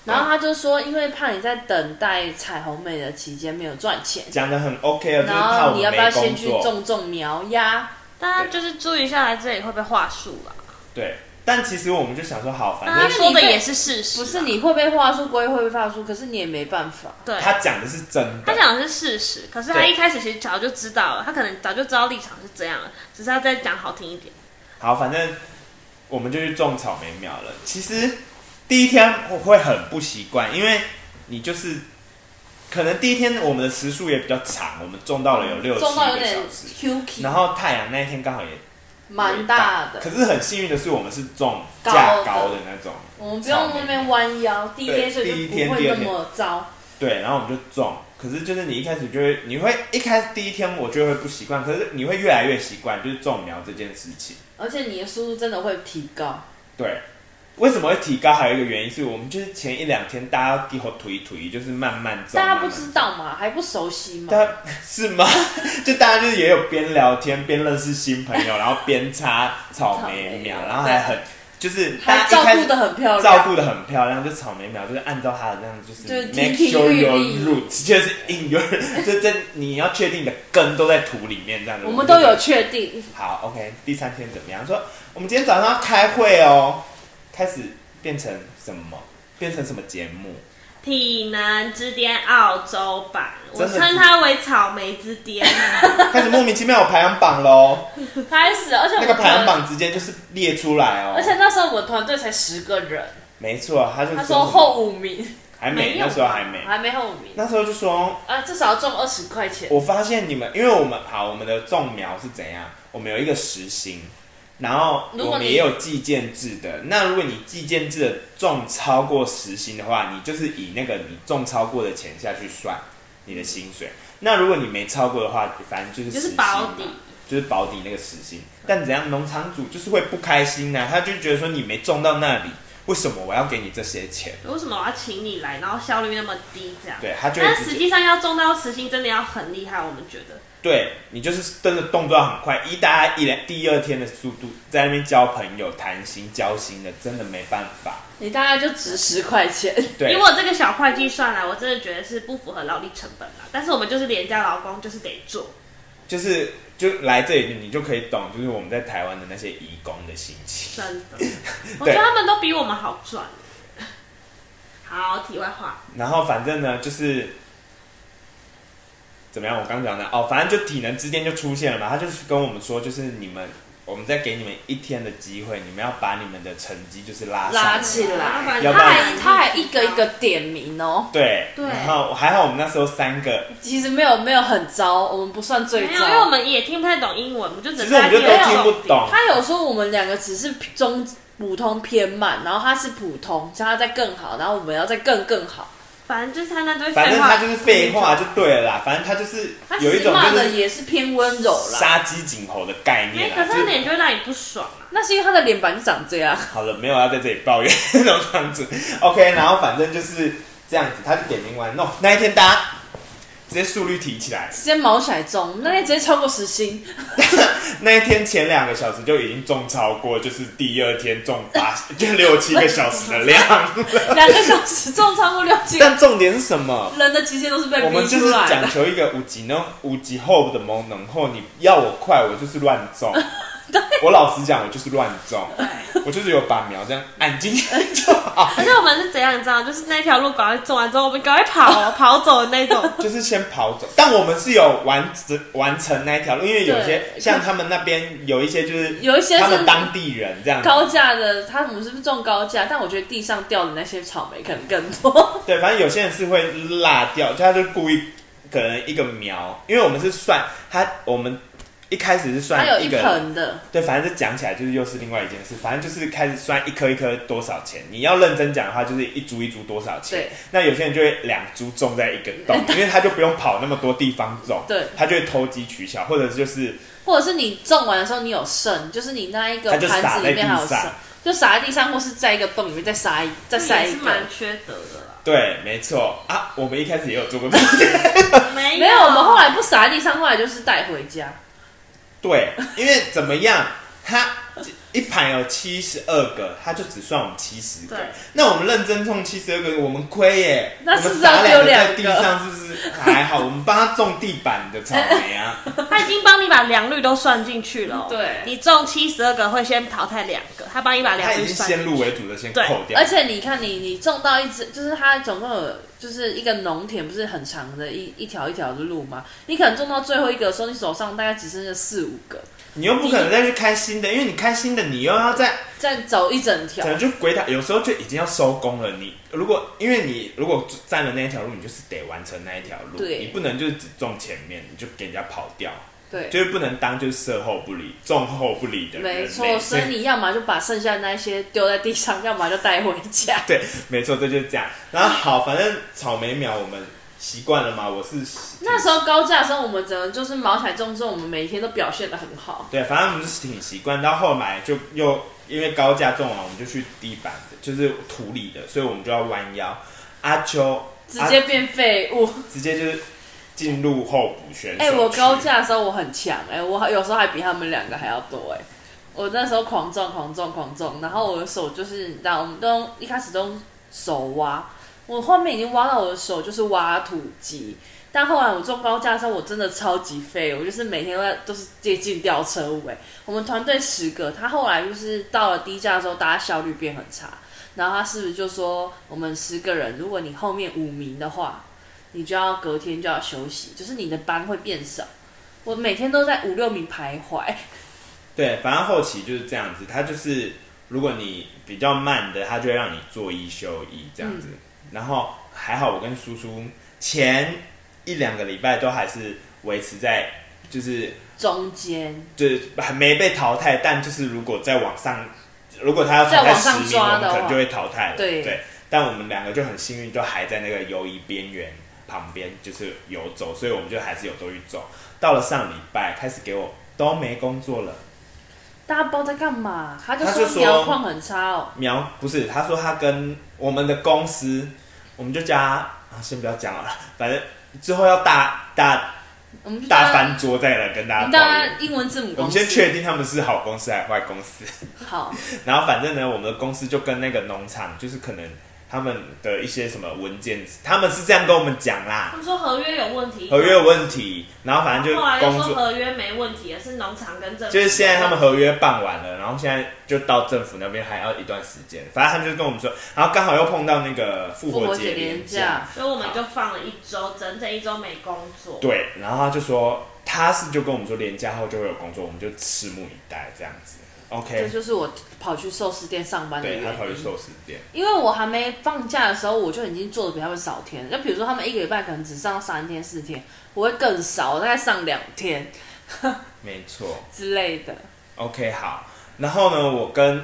Speaker 4: 然后他就说，因为怕你在等待彩虹美的期间没有赚钱，
Speaker 1: 讲的很 OK 哦，就是
Speaker 4: 然
Speaker 1: 怕我
Speaker 4: 后
Speaker 1: 们
Speaker 4: 你要不要
Speaker 1: 没
Speaker 4: 先
Speaker 1: 工
Speaker 4: 去
Speaker 1: 作。
Speaker 4: 种种苗呀？
Speaker 2: 大家就是注意一下来这里会不会话术啦。
Speaker 1: 对，但其实我们就想说，好，反
Speaker 2: 大家
Speaker 1: 正
Speaker 4: 是
Speaker 2: 说的也是事实，啊
Speaker 4: 不是。你会被话术归会被话术，可是你也没办法。
Speaker 2: 对，
Speaker 1: 他讲的是真
Speaker 2: 他
Speaker 1: 的，
Speaker 2: 讲的是事实，可是他
Speaker 1: 对
Speaker 2: 一开始其实早就知道了，他可能早就知道立场是这样了，只是他再讲好听一点。
Speaker 1: 好，反正我们就去种草莓苗了。其实第一天我会很不习惯，因为你就是可能第一天我们的时数也比较长，我们种到了有六七
Speaker 4: 重到有
Speaker 1: 个
Speaker 4: 点
Speaker 1: 小时，
Speaker 4: QK，
Speaker 1: 然后太阳那一天刚好也
Speaker 4: 蛮大的
Speaker 1: 可，是很幸运的是，我们是种价高
Speaker 4: 高
Speaker 1: 的那种，
Speaker 4: 我们不用那边弯腰，第一天所以就不会那么糟。
Speaker 1: 对，然后我们就种。可是就是你一开始就会，你会一开始第一天我就会不习惯，可是你会越来越习惯，就是种苗这件事情。
Speaker 4: 而且你的速度真的会提高，
Speaker 1: 对，为什么会提高？还有一个原因是我们就是前一两天大家低头推一推，就是慢慢种。
Speaker 4: 大家
Speaker 1: 慢
Speaker 4: 不
Speaker 1: 慢
Speaker 4: 知道嘛，还不熟悉嘛。
Speaker 1: 大家是吗？ <laughs> 就大家就是也有边聊天边认识新朋友，然后边插草莓苗，然后还很就是大家
Speaker 4: 还照
Speaker 1: 一开
Speaker 4: 顾
Speaker 1: 始
Speaker 4: 的很漂亮，
Speaker 1: 照顾的很漂亮，就草莓苗就是按照它的那样，就
Speaker 4: 就是是
Speaker 1: make
Speaker 4: 亭亭
Speaker 1: sure
Speaker 4: 玉
Speaker 1: your
Speaker 4: 立
Speaker 1: root，就是 in your，就这你要确定你的根都在土里面这样子。
Speaker 4: 我们都有
Speaker 1: 就
Speaker 4: 确定，
Speaker 1: 好 OK，第三天怎么样？说我们今天早上要开会哦，开始变成什么？变成什么节目？
Speaker 2: 体能之巅澳洲版，我
Speaker 1: 真的
Speaker 2: 称它为草莓之巅。啊
Speaker 1: 开始莫名其妙有排行榜
Speaker 4: <laughs>
Speaker 1: 喽，
Speaker 4: 开始，而且我
Speaker 1: 那
Speaker 4: 们
Speaker 1: 个排行榜直接就是列出来哦。
Speaker 4: <laughs> 而且那时候我们团队才十个人，
Speaker 1: 没错，他就
Speaker 4: 他说后五名，
Speaker 1: 还
Speaker 2: 没
Speaker 1: 没，
Speaker 2: 有
Speaker 1: 那时候还没，
Speaker 4: 还没后五名，
Speaker 1: 那时候就说，
Speaker 4: 啊，至少要中二十块钱，
Speaker 1: 我发现你们，因为我们好，我们的种苗是怎样？我们有一个实心，然后
Speaker 4: 如果你
Speaker 1: 我们也有计件制的。那如果你计件制的种超过实心的话，你就是以那个你种超过的钱下去算你的薪水。那如果你没超过的话，反正就是
Speaker 2: 就
Speaker 1: 实
Speaker 2: 是
Speaker 1: 薪
Speaker 2: 保
Speaker 1: 嘛
Speaker 2: 底，
Speaker 1: 就是保底那个时薪。但怎样，农场主就是会不开心呐、他就觉得说你没种到那里，为什么我要给你这些钱？
Speaker 2: 为什么我要请你来，然后效率那么低这样？
Speaker 1: 对他就会
Speaker 2: 但
Speaker 1: 直
Speaker 2: 啊实
Speaker 1: 接
Speaker 2: 际上要种到实心，真的要很厉害，我们觉得。
Speaker 1: 对你就是真的动作很快，一大家一来第二天的速度，在那边交朋友、谈心、交心的，真的没办法。
Speaker 4: 你大概就值十块钱，
Speaker 1: 对 <laughs>
Speaker 2: 以，我这个小会计算来，我真的觉得是不符合劳力成本啦。但是我们就是廉价劳工，就是得做。
Speaker 1: 就是就来这里，你就可以懂，就是我们在台湾的那些移工的心情。
Speaker 2: 真
Speaker 1: <laughs>
Speaker 2: 的，我觉得他们都比我们好赚。好，题外话，
Speaker 1: 然后反正呢，就是怎么样？我刚讲的哦，反正就体能之间就出现了嘛，他就是跟我们说，就是你们，我们再给你们一天的机会，你们要把你们的成绩就是拉上
Speaker 4: 拉
Speaker 1: 来
Speaker 4: 起来。
Speaker 1: 要不然
Speaker 4: 他还他还一个一个点名哦，
Speaker 1: 对，
Speaker 2: 对
Speaker 1: 然后还好我们那时候三个，
Speaker 4: 其实没有没有很糟，我们不算最
Speaker 2: 没有，因为我
Speaker 4: 糟。
Speaker 2: 们也听不太懂英文，我们就只
Speaker 1: 其
Speaker 2: 能
Speaker 1: 实我们就都
Speaker 2: 在那边
Speaker 1: 听不
Speaker 2: 重点
Speaker 1: 懂。
Speaker 4: 他有说我们两个只是中普通偏慢，然后他是普通，像他在更好，然后我们要再更更好。
Speaker 2: 反正就是他那堆废话，
Speaker 1: <laughs> 反正
Speaker 2: 哎
Speaker 1: 他就是废话就对了啦，反正他就是
Speaker 4: 他
Speaker 1: 有一种
Speaker 4: 骂
Speaker 1: 就
Speaker 4: 的
Speaker 1: 是
Speaker 4: 也是偏温柔啦，
Speaker 1: 杀鸡儆猴的概
Speaker 2: 哎、
Speaker 1: 念
Speaker 2: 可
Speaker 1: 啦。
Speaker 2: 是
Speaker 1: 就
Speaker 2: 他
Speaker 1: 是
Speaker 2: 脸就会让你不爽啊。
Speaker 4: 那是因为他的脸板就长这样。
Speaker 1: 好了，没有要在这里抱怨那种样子。OK，然 <laughs> 后反正就是这样子，他就点名完弄那一天，大家直接速率提起来。
Speaker 4: 直接毛起来中，我们那天直接超过时薪，
Speaker 1: <laughs> 那一天前两个小时就已经种超过，就是第二天种八就六七个小时的量。
Speaker 4: 两个小时中超过六斤。
Speaker 1: 但重点是什么？
Speaker 4: 人的极限都是 <laughs> 被
Speaker 1: 我们
Speaker 4: 逼
Speaker 1: 就
Speaker 4: 出
Speaker 1: 是
Speaker 4: 来
Speaker 1: 讲
Speaker 4: 的，
Speaker 1: 求一个五级能五级后的萌能后，你要我快，我就是乱
Speaker 4: <laughs>
Speaker 1: 种。我老实讲，我就是乱种，我就是有把苗这样按进去就
Speaker 4: <laughs>
Speaker 1: 好，
Speaker 2: 而且我们是怎样，你知道吗，就是那条路赶快种完之后，我们赶快跑哦跑走的
Speaker 4: <laughs>
Speaker 2: 那种。
Speaker 1: 就是先跑走。但我们是有完成完成那一条路，因为有些
Speaker 4: 对
Speaker 1: 像他们那边有一些就是
Speaker 4: 有一些
Speaker 1: 他
Speaker 4: 是
Speaker 1: 们当地人这样子，
Speaker 4: <laughs> 高价的，他们是不是种高价？但我觉得地上掉的那些草莓可能更
Speaker 1: <laughs>
Speaker 4: 多。
Speaker 1: 对，反正有些人是会落掉，就他就故意可能一个苗，因为我们是算他我们。一开始是算
Speaker 4: 它有一
Speaker 1: 一个
Speaker 4: 盆的，
Speaker 1: 对，反正这讲起来就是又是另外一件事，反正就是开始算一颗一颗多少钱。你要认真讲的话，就是一株一株多少钱
Speaker 4: 对。
Speaker 1: 那有些人就会两株种在一个
Speaker 4: <laughs>
Speaker 1: 洞，因为他就不用跑那么多地方种，
Speaker 4: 对
Speaker 1: 他就会投机取巧，或者就是
Speaker 4: 或者是你种完的时候你有剩，就是你那一个
Speaker 1: 它
Speaker 4: 盘
Speaker 1: 就撒
Speaker 4: 子
Speaker 1: 在地
Speaker 4: 里面还有剩
Speaker 1: 上，
Speaker 4: 就撒在地上，或是在一个洞里面再撒一再
Speaker 2: 这
Speaker 4: 撒
Speaker 2: 也
Speaker 4: 一
Speaker 2: 是
Speaker 4: 个。
Speaker 2: 蛮缺德的啦。
Speaker 1: 对，没错啊。我们一开始也有做过这个，
Speaker 2: 没
Speaker 4: 没有，我们后来不撒在地上，后来就是带回家。
Speaker 1: <laughs> 对，因为怎么样，他一盘有七十二个，他就只算我们七十个
Speaker 2: 对。
Speaker 1: 那我们认真种七十二个，我们亏耶。
Speaker 4: 那
Speaker 1: 我们
Speaker 4: 是不是要
Speaker 1: 撒
Speaker 4: 丢
Speaker 1: 个在
Speaker 4: 两
Speaker 1: 地
Speaker 4: 个
Speaker 1: 上，是不是还好？我们帮他种地板的草莓
Speaker 4: <laughs>
Speaker 1: 啊。
Speaker 2: <laughs> 他已经帮你把良率都算进去了哦、
Speaker 4: 对
Speaker 2: 你中七十二个会先淘汰两个，他帮你把良
Speaker 1: 他已
Speaker 2: 率
Speaker 1: 经
Speaker 2: 算
Speaker 1: 先入为主的先
Speaker 2: 对
Speaker 1: 扣掉，
Speaker 4: 而且你看你，你种到一只，就是它总共有就是一个农田，不是很长的一一条一条的路吗？你可能种到最后一个的时候，你手上大概只剩下四五个，
Speaker 1: 你又不可能再去开新的，因为你开新的，你又要再
Speaker 4: 再走一整条
Speaker 1: 可，能就鬼打，有时候就已经要收工了。你如果因为你如果占了那一条路，你就是得完成那一条路，
Speaker 4: 对
Speaker 1: 你不能就是只种前面，你就给人家跑掉，
Speaker 4: 对，
Speaker 1: 就是不能当就是售后不理、种后不理的人类。
Speaker 4: 没错。所以你要么就把剩下的那一些丢在地上， <laughs> 要么就带回家。 <laughs>
Speaker 1: 对， <laughs> 没错，这就是这样。然后好，反正草莓苗我们习惯了嘛，我是
Speaker 4: 那时候高价的时候，我们整个就是毛彩种之后，我们每天都表现的很好。
Speaker 1: 对，反正我们是挺习惯。到后来就又因为高价种完，我们就去地板的，就是土里的，所以我们就要弯腰。阿秋
Speaker 4: 直
Speaker 1: 啊
Speaker 4: 接变废物。
Speaker 1: 直接就是进入候补选手区。
Speaker 4: 哎、我高价的时候我很强，哎、我有时候还比他们两个还要多、哎，我那时候狂撞、狂撞、狂撞，然后我的手就是，你知道，我们都用一开始都用手挖，我后面已经挖到我的手就是挖土机，但后来我中高价的时候，我真的超级废，我就是每天都在都是接近吊车尾。我们团队十个，他后来就是到了低价的时候，大家效率变很差。然后他是不是就说，我们十个人，如果你后面五名的话，你就要隔天就要休息，就是你的班会变少。我每天都在五六名徘徊，哎
Speaker 1: 对，反正后期就是这样子，它就是如果你比较慢的，它就会让你做一休一这样子。
Speaker 4: 嗯
Speaker 1: 然后还好，我跟叔叔前一两个礼拜都还是维持在就是
Speaker 4: 中间
Speaker 1: 就是还没被淘汰，但就是如果再往上，如果他要淘
Speaker 4: 再
Speaker 1: 汰
Speaker 4: 往上
Speaker 1: 十名，
Speaker 4: 抓
Speaker 1: 我
Speaker 4: 的
Speaker 1: 们可能
Speaker 4: 话
Speaker 1: 就会淘汰了。
Speaker 4: 对
Speaker 1: 但我们两个就很幸运，都还在那个游移边缘旁边，就是游走，所以我们就还是有都去走。到了上礼拜开始给我都没工作了，
Speaker 4: 大家不知道在干嘛。他就
Speaker 1: 他就
Speaker 4: 说
Speaker 1: 说
Speaker 4: 苗况很差哦，
Speaker 1: 苗不是他说他跟我们的公司，我们就叫他啊，先不要讲好了，反正之后要大大
Speaker 4: 我们就叫
Speaker 1: 大
Speaker 4: 他
Speaker 1: 翻桌再来跟大
Speaker 4: 我
Speaker 1: 家
Speaker 4: 们
Speaker 1: 抱
Speaker 4: 大
Speaker 1: 怨
Speaker 4: 家。英文字母
Speaker 1: 我
Speaker 4: 公
Speaker 1: 们
Speaker 4: 司
Speaker 1: 先确定他们是好公司还是坏公司。
Speaker 4: 好，
Speaker 1: 然后反正呢，我们的公司就跟那个农场，就是可能他们的一些什么文件，他们是这样跟我们讲
Speaker 2: 他
Speaker 1: 啦，
Speaker 4: 嗯
Speaker 2: 们说合约有问题，
Speaker 1: 合约有问题，然后反正就
Speaker 2: 后来又
Speaker 1: 工
Speaker 2: 说
Speaker 1: 作，
Speaker 2: 合约没问题，是农场跟政府。
Speaker 1: 就是现在他们合约办完了，然后现在就到政府那边还要一段时间，反正他们就跟我们说，然后刚好又碰到那个复
Speaker 4: 复
Speaker 1: 活
Speaker 4: 活
Speaker 1: 节
Speaker 4: 节
Speaker 1: 连
Speaker 4: 廉
Speaker 1: 假，
Speaker 4: 价，
Speaker 2: 所以我们就放了一周，整整一周没工作。
Speaker 1: 对，然后他就说他是就跟我们说连假后就会有工作，我们就拭目以待这样子
Speaker 4: 这
Speaker 1: ，OK，
Speaker 4: 就是嗯我跑去寿司店上班的原
Speaker 1: 对他跑去
Speaker 4: 因。
Speaker 1: 寿司店，
Speaker 4: 因为我还没放假的时候，我就已经做的比他们少天。就比如说他们一个礼拜可能只上三天四天，我会更少，我大概上两天
Speaker 1: 没错。
Speaker 4: 之类的。
Speaker 1: OK，好。然后呢，我跟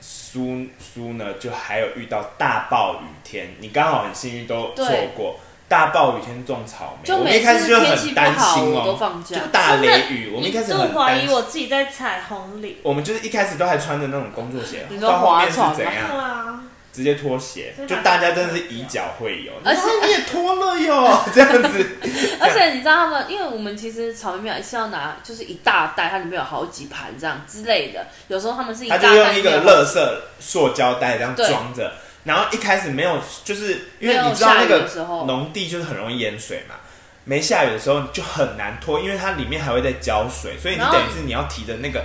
Speaker 1: 苏苏呢，就还有遇到大暴雨天，你刚好很幸运都错过大暴雨天种草莓，
Speaker 4: 就
Speaker 1: 我们
Speaker 4: 每
Speaker 1: 一开始
Speaker 4: 次
Speaker 1: 就
Speaker 4: 天气
Speaker 1: 很
Speaker 4: 不
Speaker 1: 担
Speaker 4: 好，
Speaker 1: 心
Speaker 4: 我都
Speaker 1: 哦，
Speaker 4: 放
Speaker 1: 就
Speaker 4: 假。
Speaker 1: 大雷雨，我们一开
Speaker 2: 真
Speaker 1: 始
Speaker 2: 的
Speaker 1: 很
Speaker 2: 怀
Speaker 1: 担
Speaker 2: 疑
Speaker 1: 心。
Speaker 2: 我自己在彩虹里。
Speaker 1: 我们就是一开始都还穿着那种工作鞋
Speaker 4: 你，说
Speaker 1: 到后面是
Speaker 4: 划船
Speaker 1: 怎
Speaker 4: 吗
Speaker 2: 对
Speaker 1: 样？
Speaker 2: 啊，
Speaker 1: 直接脱鞋
Speaker 2: 所，以
Speaker 1: 就
Speaker 2: 把
Speaker 1: 大
Speaker 2: 它
Speaker 1: 家真的是以脚会友，
Speaker 4: 而且
Speaker 1: 啊你也脱了哟， <laughs> 这样子。
Speaker 4: 而且你知道他们，因为我们其实草莓苗一次要拿就是一大袋，它里面有好几盘这样之类的。有时候他们是一
Speaker 1: 他
Speaker 4: 大
Speaker 1: 就
Speaker 4: 袋
Speaker 1: 用一
Speaker 4: 里面
Speaker 1: 个
Speaker 4: 有，
Speaker 1: 垃圾塑胶袋这样
Speaker 4: 对
Speaker 1: 装着，然后一开始没有，就是因为
Speaker 4: 没有
Speaker 1: 你知道那
Speaker 4: 下雨
Speaker 1: 个
Speaker 4: 的时候
Speaker 1: 农地就是很容易淹水嘛，没下雨的时候就很难拖，因为它里面还会再浇水，所以你
Speaker 4: 然后
Speaker 1: 等于是你要提着那个，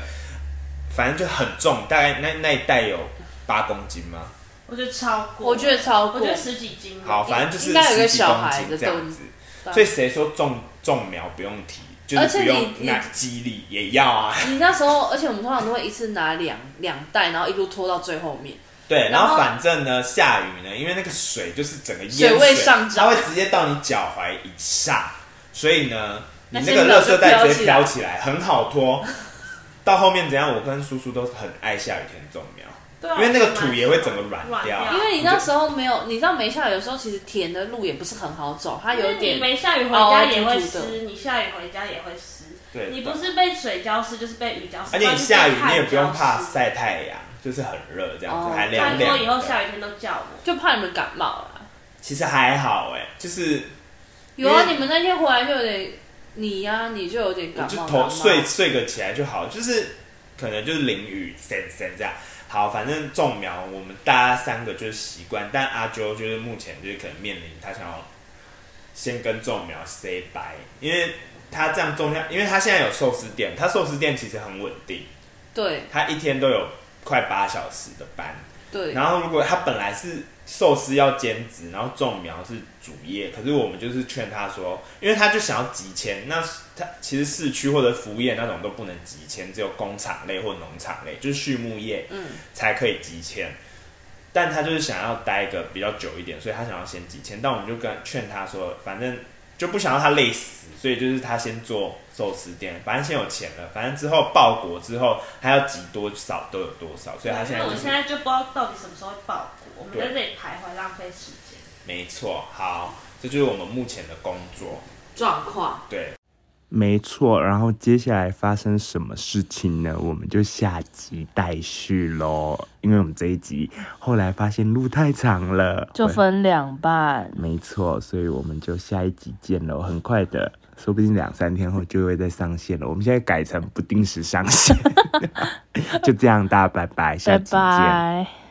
Speaker 1: 反正就很重，大概那那一袋有八公斤吗？
Speaker 2: 我觉得超过，
Speaker 4: 我觉得超
Speaker 2: 我
Speaker 4: 过
Speaker 2: 觉得十几斤吧。
Speaker 1: 好，反正就是
Speaker 4: 嗯应该有一
Speaker 1: 十
Speaker 4: 个
Speaker 1: 几
Speaker 4: 小
Speaker 1: 公
Speaker 4: 孩
Speaker 1: 斤
Speaker 4: 的
Speaker 1: 这样
Speaker 4: 吨
Speaker 1: 子。
Speaker 4: 对
Speaker 1: 所以谁说种种苗不用提，就
Speaker 4: 而
Speaker 1: 是
Speaker 4: 且
Speaker 1: 不用
Speaker 4: 你
Speaker 1: 那激励也要啊。
Speaker 4: 你那时候，而且我们通常都会一次拿两两袋，然后一路拖到最后面。
Speaker 1: 对，然
Speaker 4: 然
Speaker 1: 后
Speaker 4: 后
Speaker 1: 反正呢，下雨呢，因为那个水就是整个淹
Speaker 4: 水位上涨
Speaker 1: 它会直接到你脚踝以上，所以呢，你
Speaker 4: 那
Speaker 1: 那
Speaker 4: 些
Speaker 1: 个垃圾袋直接飘
Speaker 4: 苗就飘
Speaker 1: 起来，很好拖。到后面怎样，我跟叔叔都很爱下雨天种苗，
Speaker 2: 对啊
Speaker 1: 因为那个土也会整个软
Speaker 2: 软
Speaker 1: 掉
Speaker 2: 掉，
Speaker 4: 因为你那时候没有，你知道没下雨的时候，其实田的路也不是很好走，它有
Speaker 2: 因为你
Speaker 4: 点
Speaker 2: 没下雨回家也会
Speaker 4: 凹凹凸凸
Speaker 2: 湿，你下雨回家也会湿。
Speaker 1: 对，
Speaker 2: 你不是被水浇湿，就是被雨浇湿。
Speaker 1: 而且你下雨
Speaker 2: 不然就是被
Speaker 1: 你也不用怕
Speaker 2: 太湿。
Speaker 1: 晒太阳，就是很热这样子，
Speaker 4: 哦
Speaker 1: 还凉
Speaker 2: 拜托，
Speaker 1: 凉
Speaker 2: 以后
Speaker 1: 的。
Speaker 2: 下雨天都叫我。
Speaker 4: 就怕你们感冒了。
Speaker 1: 其实还好哎、就是
Speaker 4: 有啊，
Speaker 1: 因为
Speaker 4: 你们那天回来就有点，你呀、你就有点
Speaker 1: 我
Speaker 4: 感
Speaker 1: 就
Speaker 4: 冒。
Speaker 1: 头
Speaker 4: 感冒
Speaker 1: 睡睡个起来就好，就是可能就是淋雨、闪闪这样。好，反正种苗我们大家三个就是习惯，但阿啾就是目前就是可能面临他想要先跟种苗 say bye，因为他这样种下，因为他现在有寿司店，他寿司店其实很稳定，
Speaker 4: 对
Speaker 1: 他一天都有快八小时的班，
Speaker 4: 对，
Speaker 1: 然后如果他本来是寿司要兼职，然后种苗是主业，可是我们就是劝他说，因为他就想要集签，那他其实市区或者服务业那种都不能集签，只有工厂类或农场类，就是畜牧业，
Speaker 4: 嗯，
Speaker 1: 才可以集签。但他就是想要待个比较久一点，所以他想要先集签。但我们就跟劝他说，反正就不想让他累死，所以就是他先做寿司店，反正先有钱了，反正之后报国之后还要集多少都有多少，所以他现在
Speaker 2: 因为
Speaker 1: 就
Speaker 2: 我
Speaker 1: 是
Speaker 2: 现在就不知道到底什么时候会爆谷，我们
Speaker 1: 对
Speaker 2: 在这里徘徊浪费时间。
Speaker 1: 没错，好，这就是我们目前的工作。
Speaker 4: 状况。
Speaker 1: 对，没错。然后接下来发生什么事情呢？我们就下集待续喽。因为我们这一集后来发现路太长了，
Speaker 5: 就
Speaker 1: 会
Speaker 5: 分两半。
Speaker 1: 没错，所以我们就下一集见喽。很快的，说不定两三天后就会再上线了。我们现在 <laughs> 改成不定时上线，就这样，大家拜拜，下
Speaker 5: 拜
Speaker 1: 集见。
Speaker 5: 拜。